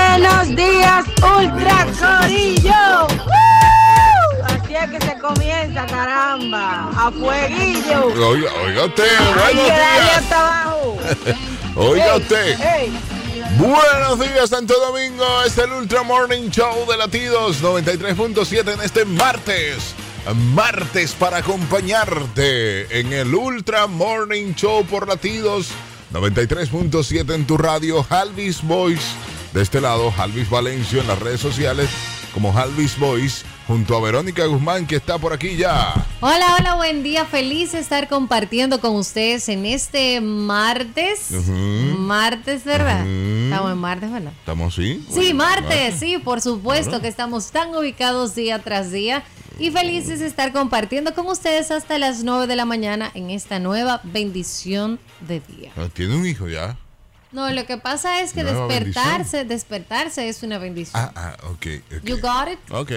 Buenos días, Ultra Corillo. ¡Woo! Así es que se comienza, caramba. A fueguillo. Oiga, oiga usted, Hay que buenos darle días. hasta abajo. Oiga Ey, usted. ey. Buenos días, Santo Domingo. Es el Ultra Morning Show de Latidos 93.7 en este martes. Martes para acompañarte en el Ultra Morning Show por Latidos 93.7 en tu radio. Halvis Voice. De este lado, Halvis Valencio en las redes sociales como Halvis Voice. Junto a Verónica Guzmán que está por aquí ya. Hola, hola, buen día. Feliz de estar compartiendo con ustedes en este martes. Ujú. Martes, ¿verdad? Ujú. Estamos en martes, ¿verdad? ¿Estamos así? Sí, martes, sí, por supuesto que estamos tan ubicados día tras día y felices de estar compartiendo con ustedes hasta las 9 de la mañana en esta nueva bendición de día. Ah, Tiene un hijo ya. No, lo que pasa es que Nueva despertarse, despertarse es una bendición. Ah, ah, ok. ok. You got it, Ok,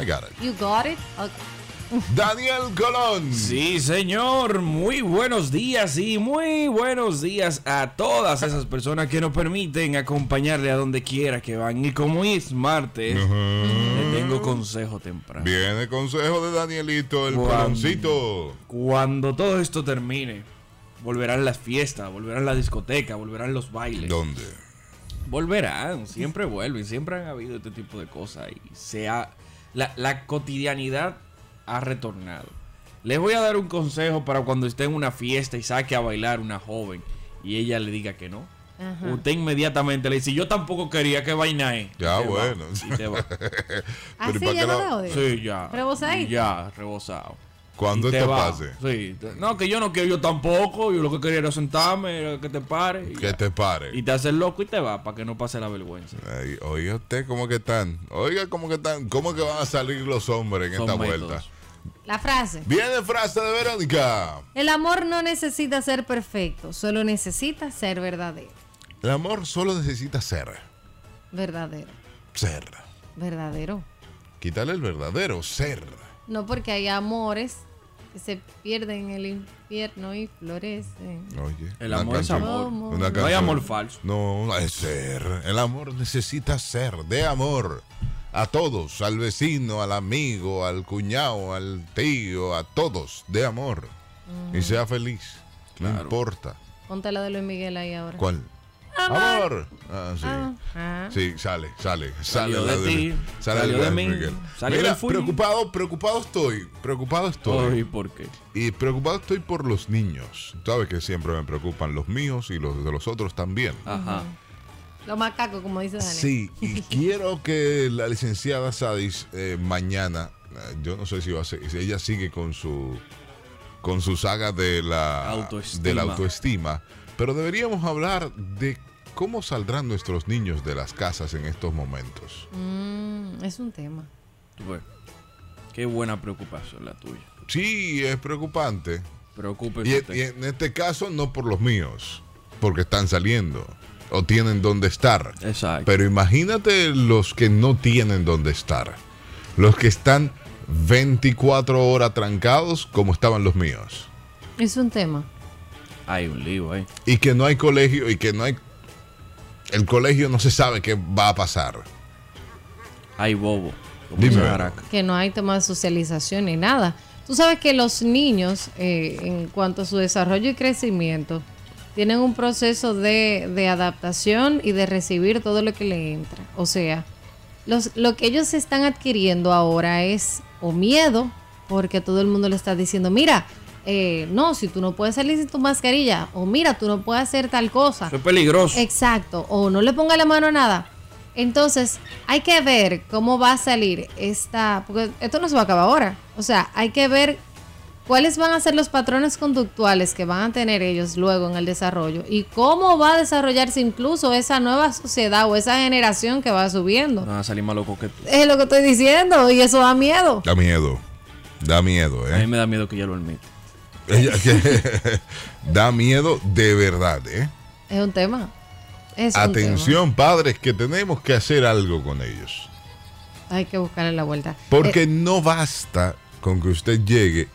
I got it. you got it. ok. Daniel Colón. Sí, señor. Muy buenos días y muy buenos días a todas esas personas que nos permiten acompañarle a donde quiera que van. Y como es martes, le tengo consejo temprano. Viene consejo de Danielito, el Wow. coloncito. Cuando todo esto termine, volverán las fiestas, volverán la discoteca, volverán los bailes. ¿Dónde? Volverán, siempre vuelven, siempre han habido este tipo de cosas y se ha- la, la cotidianidad ha retornado. Les voy a dar un consejo para cuando esté en una fiesta y saque a bailar una joven y ella le diga que no. Ajá. Usted inmediatamente le dice, yo tampoco quería que vaina es. Ya, Y se va, bueno. Pues, y se va. Así ¿y para ya qué no la- la odio. Sí, ya. ¿Rebosadito? Ya, rebosado. ¿Cuándo Y te esto va. pase? Sí. te- No, que yo no quiero, yo tampoco. Yo lo que quería era sentarme, era que te pare. y Que ya. te pare. Y te haces loco y te va para que no pase la vergüenza. Ay, oiga usted cómo que están. Oiga cómo que están. ¿Cómo que van a salir los hombres en Son esta métodos. vuelta? La frase. Viene frase de Verónica. El amor no necesita ser perfecto, solo necesita ser verdadero. El amor solo necesita ser. Verdadero. Ser. Verdadero. Quítale el verdadero ser. No porque hay amores que se pierden en el infierno y florecen. Oye. El una amor es canción. amor. Una no hay canción. amor falso. No, es ser. El amor necesita ser de amor. A todos, al vecino, al amigo, al cuñado, al tío, a todos, de amor. Y sea feliz. No Mm. Claro. importa. Ponte la de Luis Miguel ahí ahora. ¿Cuál? Amor. Ah, sí. Ajá. Sí, sale, sale, sale. Salió la de ti, sale salió la de mí, Miguel. salió Mira, del full. preocupado, preocupado estoy, preocupado estoy. Ay, ¿por qué? Y preocupado estoy por los niños. Sabes que siempre me preocupan los míos y los de los otros también. Ajá. Los macacos, como dice Daniel. Sí, y quiero que la licenciada Sadis eh, mañana, eh, yo no sé si va a ser, si ella sigue con su con su saga de la Autoestima. de la autoestima, pero deberíamos hablar de cómo saldrán nuestros niños de las casas en estos momentos. Mm, es un tema. Tú ves. Qué buena preocupación la tuya. Sí, es preocupante. Preocúpese Y, usted. y en este caso no por los míos, porque están saliendo o tienen dónde estar. Exacto. Pero imagínate los que no tienen dónde estar. Los que están 24 horas trancados como estaban los míos. Es un tema. Hay un lío ahí. Y que no hay colegio y que no hay... El colegio no se sabe qué va a pasar. Hay bobo. como Dime. dice Barack. que no hay tema de socialización ni nada. Tú sabes que los niños, eh, en cuanto a su desarrollo y crecimiento, tienen un proceso de, de adaptación y de recibir todo lo que le entra. O sea, los, lo que ellos están adquiriendo ahora es o miedo, porque todo el mundo le está diciendo, mira, eh, no, si tú no puedes salir sin tu mascarilla, o mira, tú no puedes hacer tal cosa. Eso es peligroso. Eh. Exacto, o no le ponga la mano a nada. Entonces, hay que ver cómo va a salir esta, porque esto no se va a acabar ahora. O sea, hay que ver cuáles van a ser los patrones conductuales que van a tener ellos luego en el desarrollo y cómo va a desarrollarse incluso esa nueva sociedad o esa generación que va subiendo. No va a salir más loco que tú. Es lo que estoy diciendo y eso da miedo. Da miedo. Da miedo, A mí ¿eh? me da miedo que ya lo admite. Ella que- da miedo de verdad, ¿eh? Es un tema. Es un tema. Atención, padres, que tenemos que hacer algo con ellos. Hay que buscarle la vuelta. Eh, Porque no basta con que usted llegue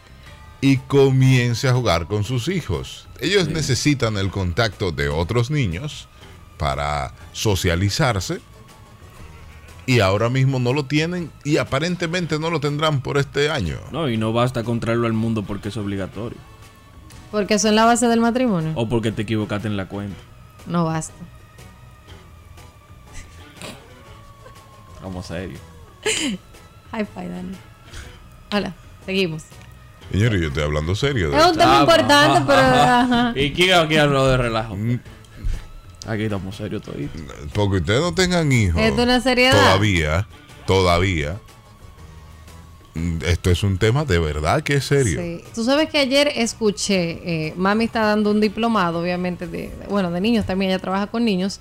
y comience a jugar con sus hijos. Ellos necesitan el contacto de otros niños para socializarse y ahora mismo no lo tienen y aparentemente no lo tendrán por este año. No, y no basta con traerlo al mundo porque es obligatorio. Porque son la base del matrimonio. O porque te equivocaste en la cuenta. No basta. Vamos a ello. High five, Dani. Hola, seguimos. Señores, yo estoy hablando serio. de Es un tema importante, pero. ajá. ¿Y quién aquí habló de relajo? Mm. Aquí estamos serios toditos. esto. Porque ustedes no tengan hijos. Es de una seriedad. Todavía, todavía. mm, Esto es un tema de verdad que es serio. Sí. Tú sabes que ayer escuché, eh, mami está dando un diplomado, obviamente, de, de- bueno, de niños también, ella trabaja con niños,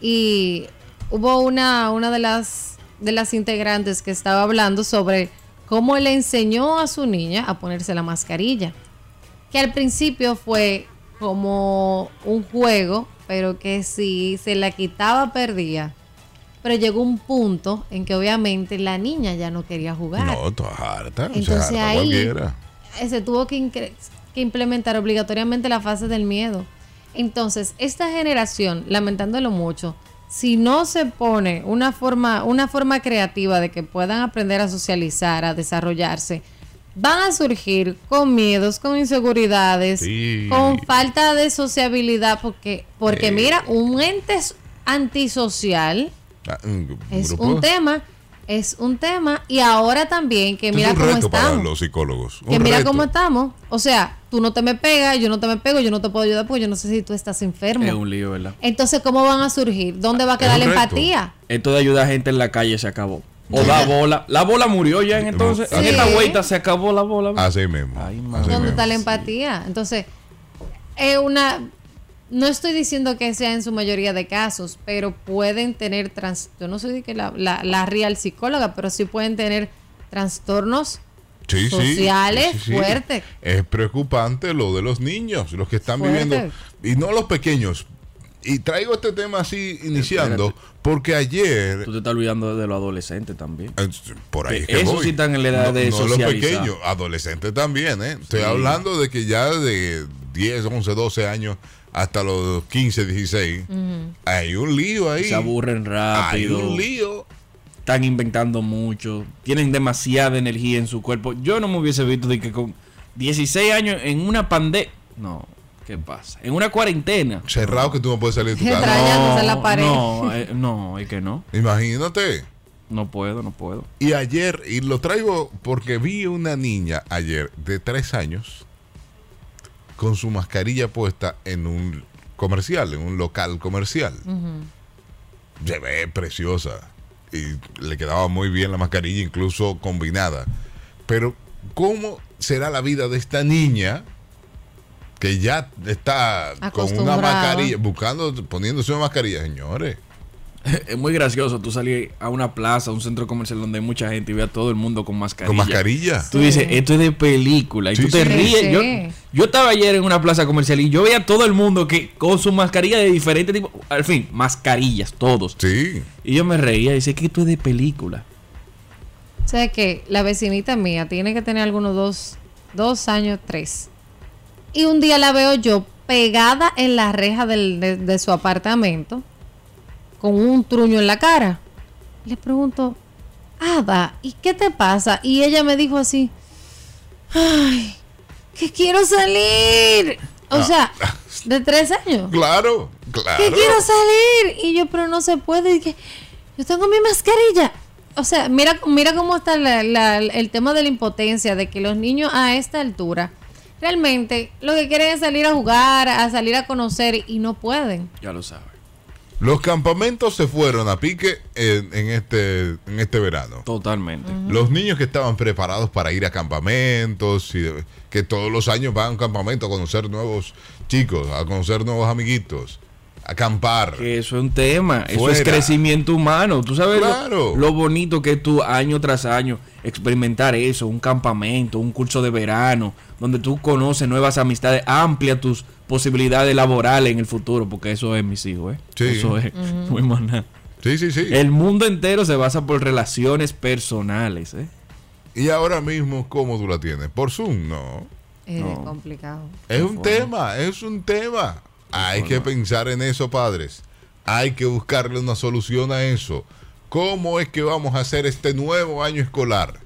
y hubo una, una de, las, de las integrantes que estaba hablando sobre cómo le enseñó a su niña a ponerse la mascarilla, que al principio fue como un juego, pero que si se la quitaba perdía. Pero llegó un punto en que obviamente la niña ya no quería jugar. No, tú es harta. o sea, Entonces harta ahí cualquiera. eh, se tuvo que, incre- que implementar obligatoriamente la fase del miedo. Entonces, esta generación, lamentándolo mucho, si no se pone una forma, una forma creativa de que puedan aprender a socializar, a desarrollarse, van a surgir con miedos, con inseguridades, Sí. Eh. con falta de sociabilidad, porque, porque mira, un ente s- antisocial Ah, un es grupo- un tema, es un tema, y ahora también que esto mira es un cómo reto estamos. para los psicólogos. Que un mira reto. cómo estamos. O sea, tú no te me pegas, yo no te me pego, yo no te puedo ayudar porque yo no sé si tú estás Es enfermo. un lío, ¿verdad? Entonces, ¿cómo van a surgir? ¿Dónde va a Es quedar la un reto. empatía? Esto de ayudar a gente en la calle se acabó. O la bola. La bola murió ya en entonces. En Sí. esta vuelta se acabó la bola. Así mismo. Ay, así madre. ¿Dónde mismo. está la empatía? Entonces, es una... No estoy diciendo que sea en su mayoría de casos, pero pueden tener... Trans, yo no soy de que la, la, la real psicóloga, pero sí pueden tener trastornos Sí, sí, sociales fuertes. Es preocupante lo de los niños, los que están Fuerte. viviendo, y no los pequeños. Y traigo este tema así iniciando, porque ayer Tú te estás olvidando de los adolescentes también. Eh, Por ahí Que es que esos voy. sí están en la edad no, de no los socializar. pequeños, adolescentes también, ¿eh? Estoy Sí. hablando de que ya de 10, 11, 12 años hasta los 15, 16, hay un lío ahí. Se aburren hay rápido. un lío. están inventando mucho, tienen demasiada energía en su cuerpo. Yo no me hubiese visto de que con 16 años en una pandemia. No, ¿qué pasa? En una cuarentena. Cerrado que tú no puedes salir de tu Qué casa. raro. Rayándose la pared. No, eh, no, es que no. Imagínate. No puedo, no puedo. Y ayer, y lo traigo porque vi una niña ayer de 3 años con su mascarilla puesta en un comercial, en un local comercial. Se ve preciosa y le quedaba muy bien la mascarilla, incluso combinada. Pero, ¿cómo será la vida de esta niña que ya está con una Acostumbrada. mascarilla, buscando, poniéndose una mascarilla, señores? Es muy gracioso tú salir a una plaza, a un centro comercial donde hay mucha gente y ve a todo el mundo con mascarilla. Con mascarilla. Tú dices, esto es de película. Y Sí, tú te sí. ríes. Sí. Yo, yo estaba ayer en una plaza comercial y yo veía a todo el mundo que con su mascarilla de diferente tipo. Al fin, mascarillas, todos. Sí. Y yo me reía y decía que esto es de película. O sea que la vecinita mía tiene que tener algunos dos, dos años, tres. Y un día la veo yo pegada en la reja del- de, de su apartamento con un truño en la cara. Le pregunto, Ada, ¿y qué te pasa? Y ella me dijo así, ay, que quiero salir. O Ah. sea, de tres años. Claro, claro. que quiero salir. Y yo, pero no se puede. Y que, yo tengo mi mascarilla. O sea, mira, mira cómo está la- la- el tema de la impotencia, de que los niños a esta altura realmente lo que quieren es salir a jugar, a salir a conocer y no pueden. Ya lo sabes. Los campamentos se fueron a pique en, en este, en este verano. Totalmente. Los niños que estaban preparados para ir a campamentos, y de- que todos los años van a un campamento a conocer nuevos chicos, a conocer nuevos amiguitos, a acampar. Que eso es un tema. Eso es Fuera. crecimiento humano. Tú sabes lo- Claro. lo, bonito que es tú año tras año experimentar eso. Un campamento, un curso de verano, donde tú conoces nuevas amistades, amplia tus posibilidades laborales en el futuro. Porque eso es, mis hijos, ¿eh? Sí. Eso es. No es más nada. Sí, sí, sí. El mundo entero se basa por relaciones personales, ¿eh? Y ahora mismo, ¿cómo tú la tienes? Por Zoom, no. Es No. complicado. Es un forma. tema, es un tema. Hay que pensar en eso, padres. Hay que buscarle una solución a eso. cómo es que vamos a hacer este nuevo año escolar.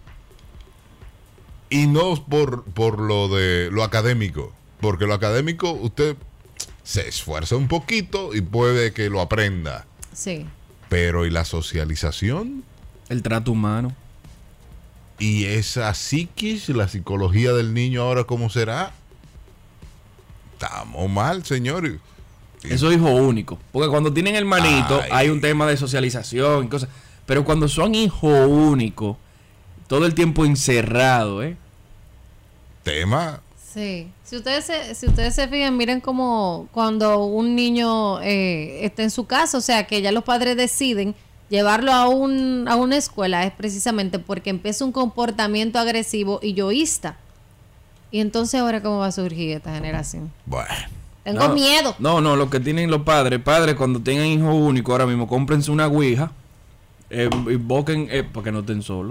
Y no por, por lo de lo académico, porque lo académico usted se esfuerza un poquito y puede que lo aprenda. Sí. Pero ¿y la socialización? El trato humano. ¿Y esa psiquis, la psicología del niño ahora cómo será? Estamos mal, señores. Sí. Eso es hijo único. Porque cuando tienen hermanito Ay. hay un tema de socialización y cosas. Pero cuando son hijo único, todo el tiempo encerrado, ¿eh? Tema. Sí. Si ustedes se, si ustedes se fijan, miren como cuando un niño eh, está en su casa, o sea, que ya los padres deciden llevarlo a, un, a una escuela, es precisamente porque empieza un comportamiento agresivo y yoísta. Y entonces ahora cómo va a surgir esta generación. Bueno. Tengo No, miedo. No, no, lo que tienen los padres, padres cuando tengan hijo único ahora mismo, cómprense una ouija, eh, invoquen, eh, para que no estén solos,